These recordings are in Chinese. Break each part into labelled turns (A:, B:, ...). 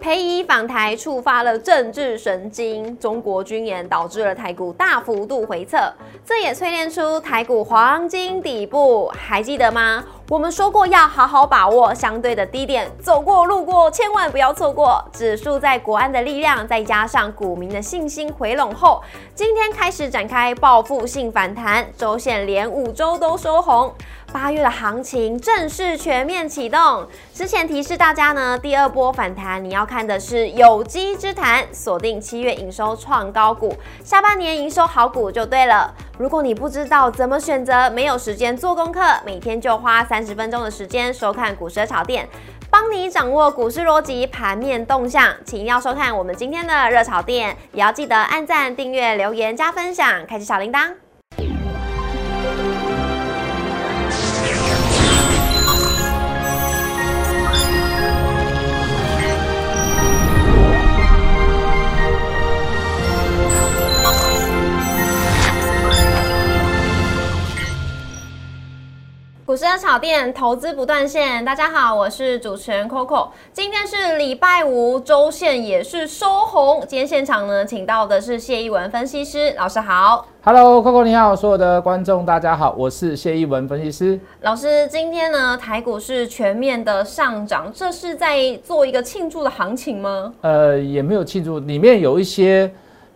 A: 裴仪访台触发了政治神经，中国军演导致了台股大幅度回撤，这也淬炼出台股黄金底部，还记得吗？我们说过要好好把握相对的低点，走过路过千万不要错过。指数在国安的力量，再加上股民的信心回笼后，今天开始展开报复性反弹，周线连五周都收红。八月的行情正式全面启动。之前提示大家呢，第二波反弹你要看的是有机之谈，锁定七月营收创高股，下半年营收好股就对了。如果你不知道怎么选择，没有时间做功课，每天就花三十分钟的时间收看股市炒店，帮你掌握股市逻辑、盘面动向。请一定要收看我们今天的热炒店，也要记得按赞、订阅、留言、加分享，开启小铃铛。股市的炒店，投资不断线。大家好，我是主持人 Coco。今天是礼拜五，周线也是收红。今天现场呢，请到的是谢一文分析师，老师好。
B: Hello，Coco，你好，所有的观众大家好，我是谢一文分析师。
A: 老师，今天呢，台股是全面的上涨，这是在做一个庆祝的行情吗？
B: 呃，也没有庆祝，里面有一些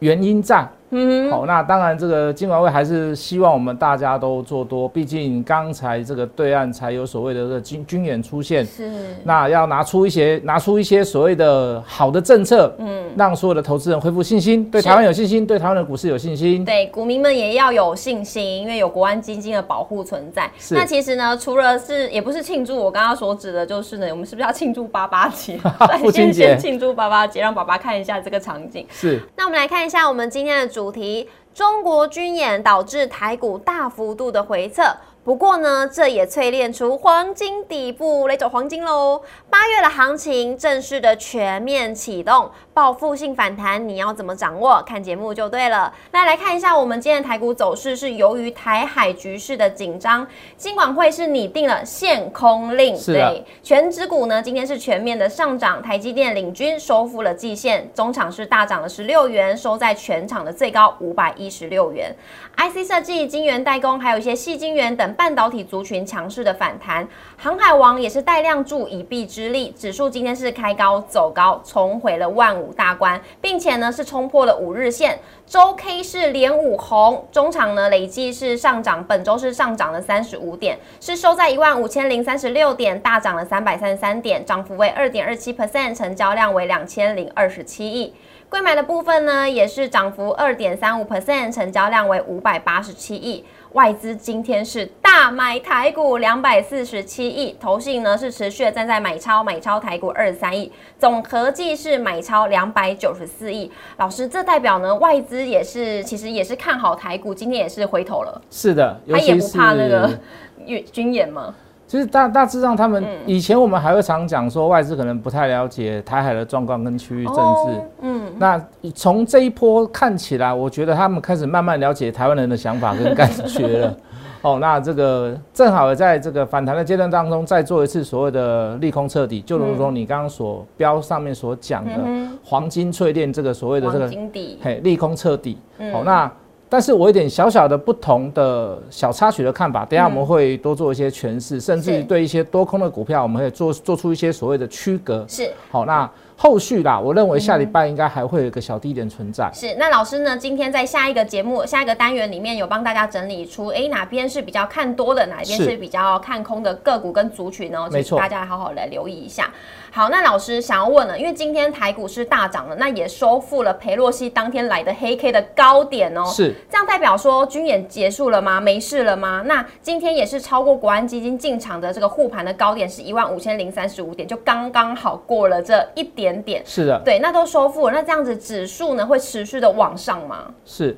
B: 原因在。嗯，好、那当然这个金管会还是希望我们大家都做多，毕竟刚才这个对岸才有所谓的这个军军演出现，
A: 是，
B: 那要拿出一些拿出一些所谓的好的政策，嗯，让所有的投资人恢复信心，对
A: 是
B: 台湾有信心，对台湾的股市有信心。
A: 对，股民们也要有信心，因为有国安基金的保护存在。
B: 是
A: 那其实呢，除了是也不是庆祝，我刚刚所指的就是呢，我们是不是要庆祝八八节？对
B: 父
A: 先
B: 亲节
A: 先庆祝八八节，让爸爸看一下这个场景。
B: 是，
A: 那我们来看一下我们今天的主题：中国军演导致台股大幅度的回撤。不过呢，这也淬炼出黄金底部，雷走黄金喽。八月的行情正式的全面启动，报复性反弹，你要怎么掌握？看节目就对了。那来看一下我们今天的台股走势，是由于台海局势的紧张，金管会是拟定了限空令，
B: 是的
A: 对全指股呢，今天是全面的上涨，台积电领军收复了季线，中场是大涨了十六元，收在全场的最高五百一十六元。IC 设计、晶圆代工，还有一些细晶圆等半导体族群强势的反弹，航海王也是带量助一臂之力，指数今天是开高走高，重回了万五大关，并且呢是冲破了五日线，周 K 是连五红，中场呢累计是上涨，本周是上涨了三十五点，是收在一万五千零三十六点，大涨了三百三十三点，涨幅为二点二七 percent，成交量为两千零二十七亿。贵买的部分呢，也是涨幅二点三五 percent，成交量为五百八十七亿。外资今天是大买台股两百四十七亿，投信呢是持续地站在买超买超台股二十三亿，总合计是买超两百九十四亿。老师，这代表呢外资也是其实也是看好台股，今天也是回头了，
B: 是的，尤
A: 他也
B: 其
A: 不
B: 是
A: 怕那个 军军演吗？
B: 其实大大致上，他们
A: 嗯
B: 以前我们还会常讲说，外资可能不太了解台海的状况跟区域政治。
A: 哦嗯，
B: 那从这一波看起来，我觉得他们开始慢慢了解台湾人的想法跟感觉 了。哦，那这个正好也在这个反弹的阶段当中，再做一次所谓的利空彻底，就如同你刚刚所标上面所讲的
A: 嗯
B: 黄金淬炼这个所谓的这
A: 黄
B: 个
A: 金底
B: 嘿，利空彻底。好、那但是我有点小小的不同的小插曲的看法，等一下我们会多做一些诠释，甚至于
A: 是
B: 对一些多空的股票，我们会做做出一些所谓的区隔。
A: 是。
B: 好、那后续啦，我认为下礼拜应该还会有一个小低点存在。
A: 是，那老师呢？今天在下一个节目、下一个单元里面有帮大家整理出，哎，哪边是比较看多的，哪边
B: 是
A: 是比较看空的个股跟族群哦，
B: 没
A: 请
B: 错
A: 大家好好来留意一下。好，那老师想要问了，因为今天台股是大涨了，那也收复了裴洛西当天来的黑 K 的高点哦。
B: 是。
A: 这样代表说军演结束了吗？没事了吗？那今天也是超过国安基金进场的这个护盘的高点是一万五千零三十五点，就刚刚好过了这一点点。
B: 是的，
A: 对，那都收复了，那这样子指数呢会持续的往上吗？
B: 是，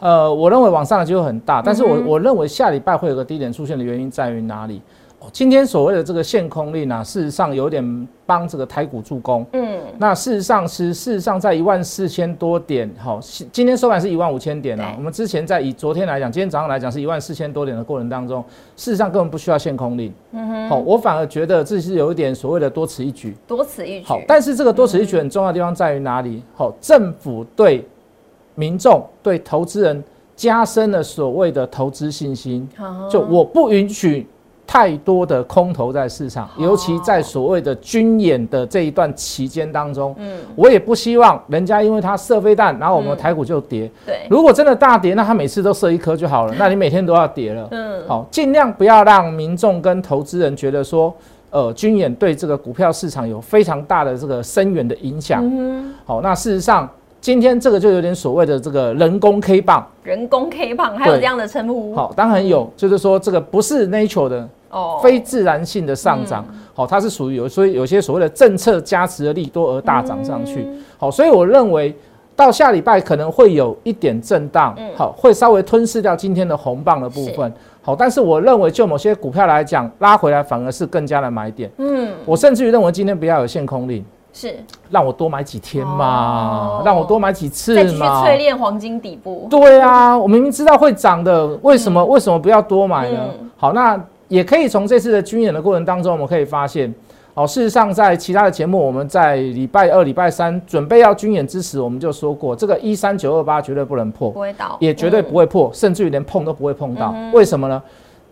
B: 呃，我认为往上的机会很大，但是我、我认为下礼拜会有个低点出现的原因在于哪里？今天所谓的这个限空令啊，事实上有点帮这个台股助攻。
A: 嗯，
B: 那事实上是，事实上在一万四千多点，好、是今天收盘是一万五千点啊
A: 对。
B: 我们之前在以昨天来讲，今天早上来讲是一万四千多点的过程当中，事实上根本不需要限空令。嗯哼，好、我反而觉得这是有一点所谓的多此一举。
A: 多此一举。
B: 好，但是这个多此一
A: 嗯
B: 举很重要的地方在于哪里？好、政府对民众、对投资人加深了所谓的投资信心。
A: 哦
B: 就我不允许太多的空头在市
A: 哦
B: 场，尤其在所谓的军演的这一段期间当中，
A: 嗯
B: 我也不希望人家因为他射飞弹，然后我
A: 嗯
B: 们台股就跌。
A: 对，
B: 如果真的大跌，那他每次都射一颗就好了，那你每天都要跌了。
A: 嗯
B: 好，尽量不要让民众跟投资人觉得说，呃，军演对这个股票市场有非常大的这个深远的影响。
A: 嗯哼，
B: 好，那事实上，今天这个就有点所谓的这个人工 K 棒。
A: 人工 K 棒还有
B: 对
A: 这样的称呼
B: 好，当然有，就是说这个不是 nature 的，
A: 嗯哦嗯
B: 非自然性的上涨，好、它是属于有，所以有些所谓的政策加持的利多而大涨上去，
A: 嗯
B: 好、所以我认为到下礼拜可能会有一点震荡，
A: 嗯
B: 好、会稍微吞噬掉今天的红棒的部分，好，但是我认为就某些股票来讲，拉回来反而是更加的买点，
A: 嗯
B: 我甚至于认为今天不要有限空令，
A: 是
B: 让我多买几天嘛，
A: 哦
B: 让我多买几次
A: 再继续
B: 嘛，
A: 淬炼黄金底部。
B: 对啊，我明明知道会涨的，为什么、为什么不要多买呢？
A: 嗯
B: 好，那也可以从这次的军演的过程当中，我们可以发现，哦，事实上在其他的节目，我们在礼拜二、礼拜三准备要军演之时，我们就说过，这个一三九二八绝对不能破
A: 不，会倒，
B: 也绝对不会破，甚至于连碰都不会碰到。为什么呢？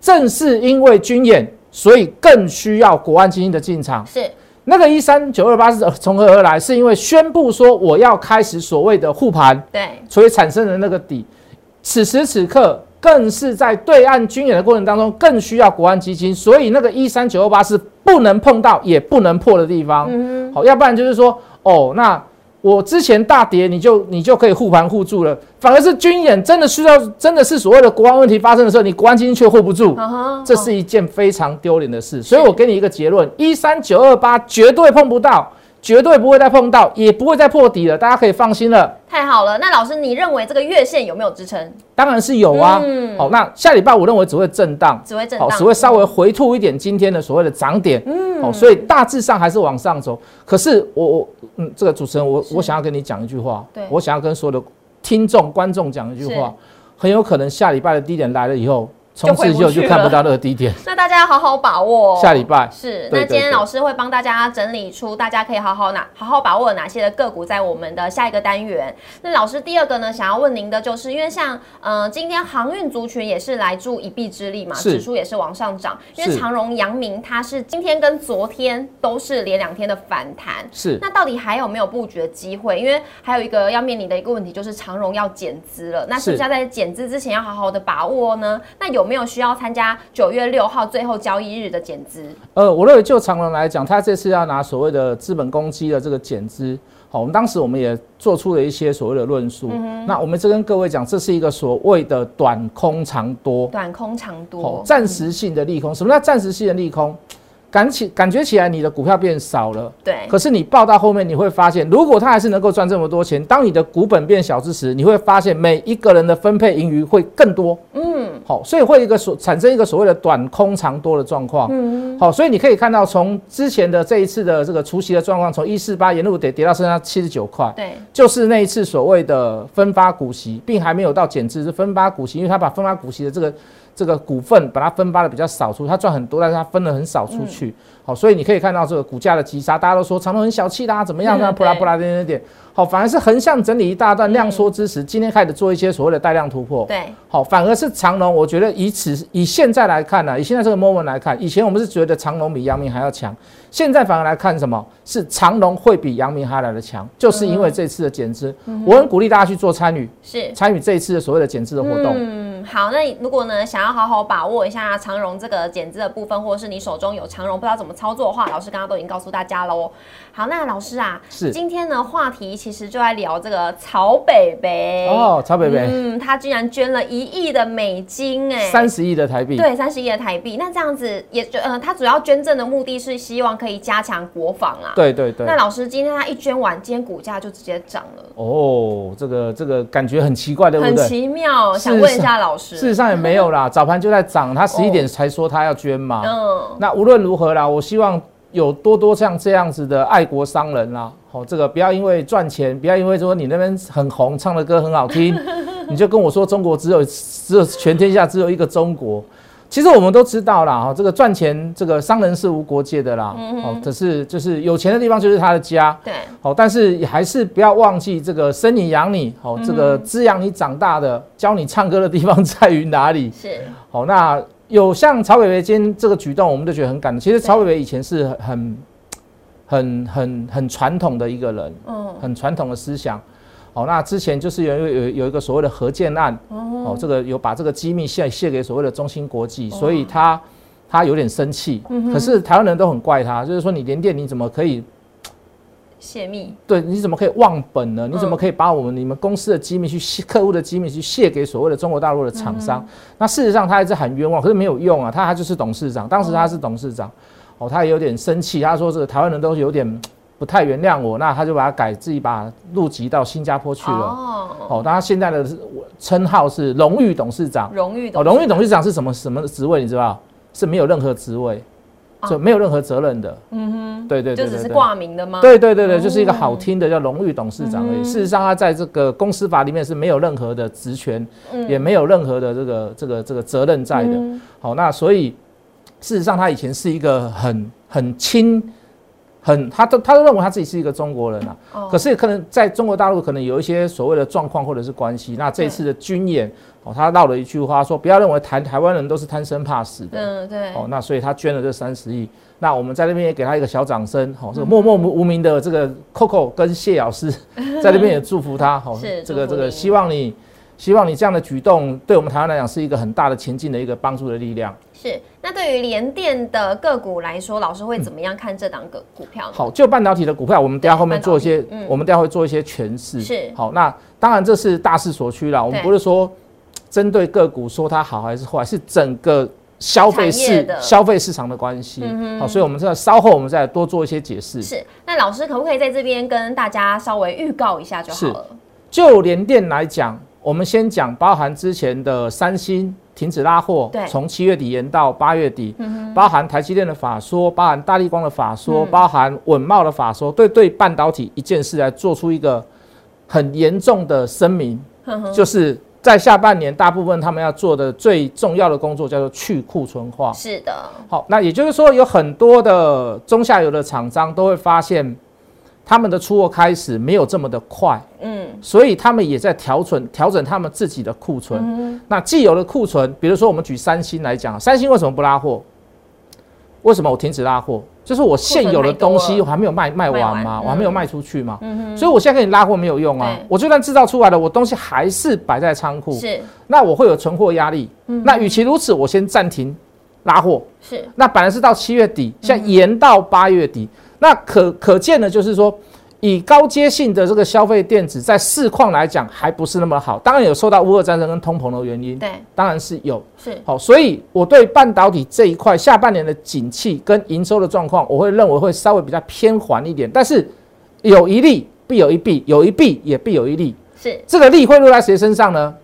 B: 正是因为军演，所以更需要国安基金的进场
A: 嗯、。是
B: 那个一三九二八是从何而来？是因为宣布说我要开始所谓的护盘。
A: 对，
B: 所以产生的那个底，此时此刻更是在对岸军演的过程当中，更需要国安基金，所以那个一三九二八是不能碰到也不能破的地方。
A: 嗯
B: 好，要不然就是说，哦，那我之前大跌，你就你就可以护盘护住了，反而是军演真的需要，真的是所谓的国安问题发生的时候，你国安基金却护不住
A: 哼，。啊哈
B: 这是一件非常丢脸的事，所以我给你一个结论：一三九二八绝对碰不到，绝对不会再碰到，也不会再破底了，大家可以放心了。
A: 太好了。那老师，你认为这个月线有没有支撑？
B: 当然是有啊。好、
A: 嗯
B: 那下礼拜我认为只会震荡，
A: 只会震
B: 好、
A: 荡，
B: 只会稍微回吐一点今天的所谓的涨点。嗯，好、所以大致上还是往上走。可是我我嗯，这个主持人，我我想要跟你讲一句话，
A: 对
B: 我想要跟所有的听众观众讲一句话，很有可能下礼拜的低点来了以后，从此以后
A: 就回不去
B: 就
A: 了
B: 看不到那个低点。
A: 那大家要好好把握哦
B: 下礼拜
A: 是，
B: 对
A: 那今
B: 对
A: 天
B: 对
A: 老师会帮大家整理出大家可以好好哪好好把握哪些的个股在我们的下一个单元。那老师第二个呢，想要问您的就是，因为像呃今天航运族群也是来助一臂之力嘛，
B: 是
A: 指数也是往上涨，因为
B: 是
A: 长荣、阳明它是今天跟昨天都是连两天的反弹。
B: 是
A: 那到底还有没有布局的机会？因为还有一个要面临的一个问题就是长荣要减资了，那是不是
B: 是
A: 要在减资之前要好好的把握呢？那有没有需要参加九月六号最后交易日的减资？
B: 呃，我认为就长隆来讲，他这次要拿所谓的资本公积的这个减资，好，我们当时我们也做出了一些所谓的论述。那我们这跟各位讲，这是一个所谓的短空长多，
A: 短空长
B: 好，
A: 多，
B: 暂时性的利空。什么叫暂时性的利空？感起感觉起来你的股票变少了，
A: 对，
B: 可是你报到后面你会发现，如果它还是能够赚这么多钱，当你的股本变小之时，你会发现每一个人的分配盈余会更多。
A: 嗯，
B: 好、所以会有一个所产生一个所谓的短空长多的状况。嗯，好、所以你可以看到，从之前的这一次的这个除夕的状况，从一四八沿路跌跌到剩下七十九块，
A: 对，
B: 就是那一次所谓的分发股息，并还没有到减资，是分发股息，因为他把分发股息的这个这个股份把它分发的比较少出，他赚很多，但是他分的很少出
A: 嗯
B: 去。好、所以你可以看到这个股价的急杀，大家都说长隆很小气啦，怎么样
A: 嗯
B: 呢？扑啦
A: 对嗯
B: 扑啦点点点。好，反而是横向整理一大段量缩之时，今天开始做一些所谓的带量突破。
A: 对，
B: 好，反而是长隆，我觉得以此以现在来看呢、以现在这个 moment 来看，以前我们是觉得长隆比阳明还要强，现在反而来看什么？是长隆会比阳明还来的强，就是因为
A: 嗯
B: 这次的减资，我很鼓励大家去做参与，
A: 是。
B: 参与这一次的所谓的减资的活动。
A: 嗯，好，那如果呢想要好好把握一下长荣这个减资的部分，或者是你手中有长荣不知道怎么操作的话，老师刚刚都已经告诉大家喽。好，那老师啊，
B: 是
A: 今天呢话题其实就在聊这个曹北北
B: 哦，曹北北
A: 嗯，他居然捐了一亿的美金，哎，
B: 三十亿的台币，
A: 对，三十亿的台币。那这样子也就，呃，他主要捐赠的目的是希望可以加强国防啊。
B: 对对对
A: 那。老师今天他一捐完，今天股价就直接涨了，
B: 哦，这个这个感觉很奇怪，对不
A: 很
B: 对？
A: 奇妙。
B: 事
A: 想问一
B: 实
A: 下老小时。
B: 事实上也没有啦，早盘就在涨，他十一点才说他要捐嘛。
A: 哦嗯，
B: 那无论如何啦，我希望有多多像这样子的爱国商人啦，哦，这个不要因为赚钱，不要因为说你那边很红，唱的歌很好听，你就跟我说中国只有只有全天下只有一个中国。其实我们都知道啦，哈，这个赚钱，这个商人是无国界的啦，哦，可是就是有钱的地方就是他的家，
A: 对，
B: 哦，但是也还是不要忘记这个生你养你，哦，这个滋养你长大的，教你唱歌的地方在于哪里？
A: 是，
B: 好、那有像曹伟伟今天这个举动，我们都觉得很感动。其实曹伟伟以前是很、很、很、很传统的一个人，
A: 嗯，
B: 很传统的思想。哦，那之前就是有有有一个所谓的核建案，哦，这个有把这个机密泄泄给所谓的中芯国际，所以他他有点生气。可是台湾人都很怪他，就是说你联电你怎么可以
A: 泄密，
B: 对，你怎么可以忘
A: 嗯
B: 本呢？你怎么可以把我们你们公司的机密去泄客户的机密去泄给所谓的中国大陆的厂商？
A: 嗯
B: 那事实上他还是很冤枉，可是没有用啊，他他就是董事长，当时他是董事长，哦，他也有点生气，他说这个台湾人都有点不太原谅我，那他就把他改自己把入籍到新加坡去了。
A: 哦，
B: 哦，那他现在的称号是荣誉董事长。
A: 荣誉的
B: 哦，荣誉董事长是什么什么职位？你知道？是没有任何职位，就没有任何责任的。嗯哼，对对对
A: 哦就
B: 对
A: 只是
B: 对
A: 挂名的吗？，
B: 对对对对，就是一个好听的叫荣誉董事长而已。事实上，他在这个公司法里面是没有任何的职权，也没有任何的这个这个这个责任在的。
A: 嗯
B: 好，那所以事实上，他以前是一个很很亲。很，他都他都认为他自己是一个中国人啊，可是可能在中国大陆可能有一些所谓的状况或者是关系。那这一次的军演，哦，他绕了一句话说，不要认为台台湾人都是贪生怕死的，
A: 嗯，对，
B: 哦，那所以他捐了这三十亿，那我们在那边也给他一个小掌声，好、哦，
A: 嗯
B: 这个默默无无名的这个 Coco 跟谢老师 在那边也祝 福他，好、
A: 是祝
B: 这个
A: 福
B: 这个
A: 你
B: 希望你。希望你这样的举动对我们台湾来讲是一个很大的前进的一个帮助的力量。
A: 是。那对于联电的个股来说，老师会怎么样看这档个股票呢？
B: 好，就半导体的股票，我们等一下后面做一些
A: 半导体，嗯
B: 我们等一下会做一些诠释。
A: 是
B: 好，那当然这是大势所趋啦，我们
A: 对
B: 不是说针对个股说它好还是坏，是整个消费
A: 产业
B: 市
A: 的嗯
B: 消费市场的关系。好，所以我们这个稍后我们再来多做一些解释。
A: 是。那老师可不可以在这边跟大家稍微预告一下就好了？
B: 就联电来讲，我们先讲包含之前的三星停止拉货
A: 对，
B: 从七月底延到八月底，包含台积电的法说，包含大力光的法说，包含稳茂的法说，对对半导体一件事来做出一个很严重的声明，就是在下半年大部分他们要做的最重要的工作叫做去库存化。
A: 是的，
B: 好，那也就是说，有很多的中下游的厂商都会发现，他们的出货开始没有这么的快，
A: 嗯，
B: 所以他们也在调整调整他们自己的库存。
A: 嗯
B: 那既有的库存，比如说我们举三星来讲，三星为什么不拉货？为什么我停止拉货？就是我现有的东
A: 库存太多
B: 西
A: 了
B: 我还没有卖卖完
A: 卖
B: 嘛，
A: 完嗯
B: 我还没有卖出去嘛，所以我现在给你拉货没有用啊
A: 对。
B: 我就算制造出来了，我东西还是摆在仓库，
A: 嗯是嗯
B: 那我会有存货压力。那与其如此，我先暂停拉货，
A: 是，
B: 那本来是到七月底，
A: 嗯
B: 现在延到八月底。那可可见的就是说，以高阶性的这个消费电子在市况来讲，还不是那么好。当然有受到乌俄战争跟通膨的原因，
A: 对，
B: 当然是有。
A: 是
B: 好，所以我对半导体这一块下半年的景气跟营收的状况，我会认为会稍微比较偏缓一点。但是有一利必有一弊，有一弊也必有一利。
A: 是，
B: 这个利会落在谁身上呢？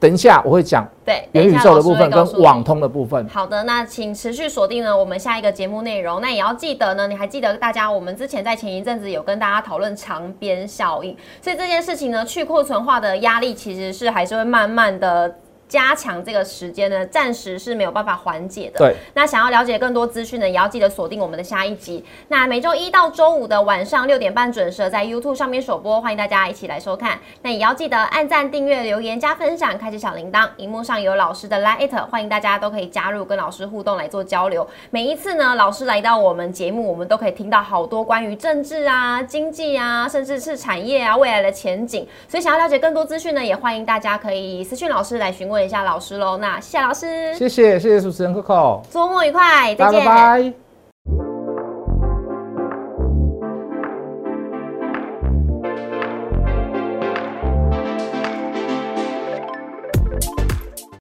B: 等一下我会讲
A: 对。等
B: 元
A: 一
B: 宇
A: 下
B: 宙的
A: 老师
B: 部
A: 会
B: 分
A: 告诉
B: 跟
A: 你
B: 网通的部分。
A: 好的，那请持续锁定呢我们下一个节目内容。那也要记得呢，你还记得大家我们之前在前一阵子有跟大家讨论长边效应，所以这件事情呢，去库存化的压力其实是还是会慢慢的。加强这个时间呢，暂时是没有办法缓解的。
B: 对，
A: 那想要了解更多资讯呢，也要记得锁定我们的下一集。那每周一到周五的晚上六点半准时在 YouTube 上面首播，欢迎大家一起来收看。那也要记得按赞、订阅、留言、加分享，开启小铃铛。荧幕上有老师的 Line，at，欢迎大家都可以加入跟老师互动来做交流。每一次呢，老师来到我们节目，我们都可以听到好多关于政治啊、经济啊，甚至是产业啊未来的前景。所以想要了解更多资讯呢，也欢迎大家可以私讯老师来询问一下老师喽。那谢谢老师，
B: 谢谢谢谢主持人 Coco，
A: 周末愉快，再
B: 大家
A: 见。
B: 拜拜。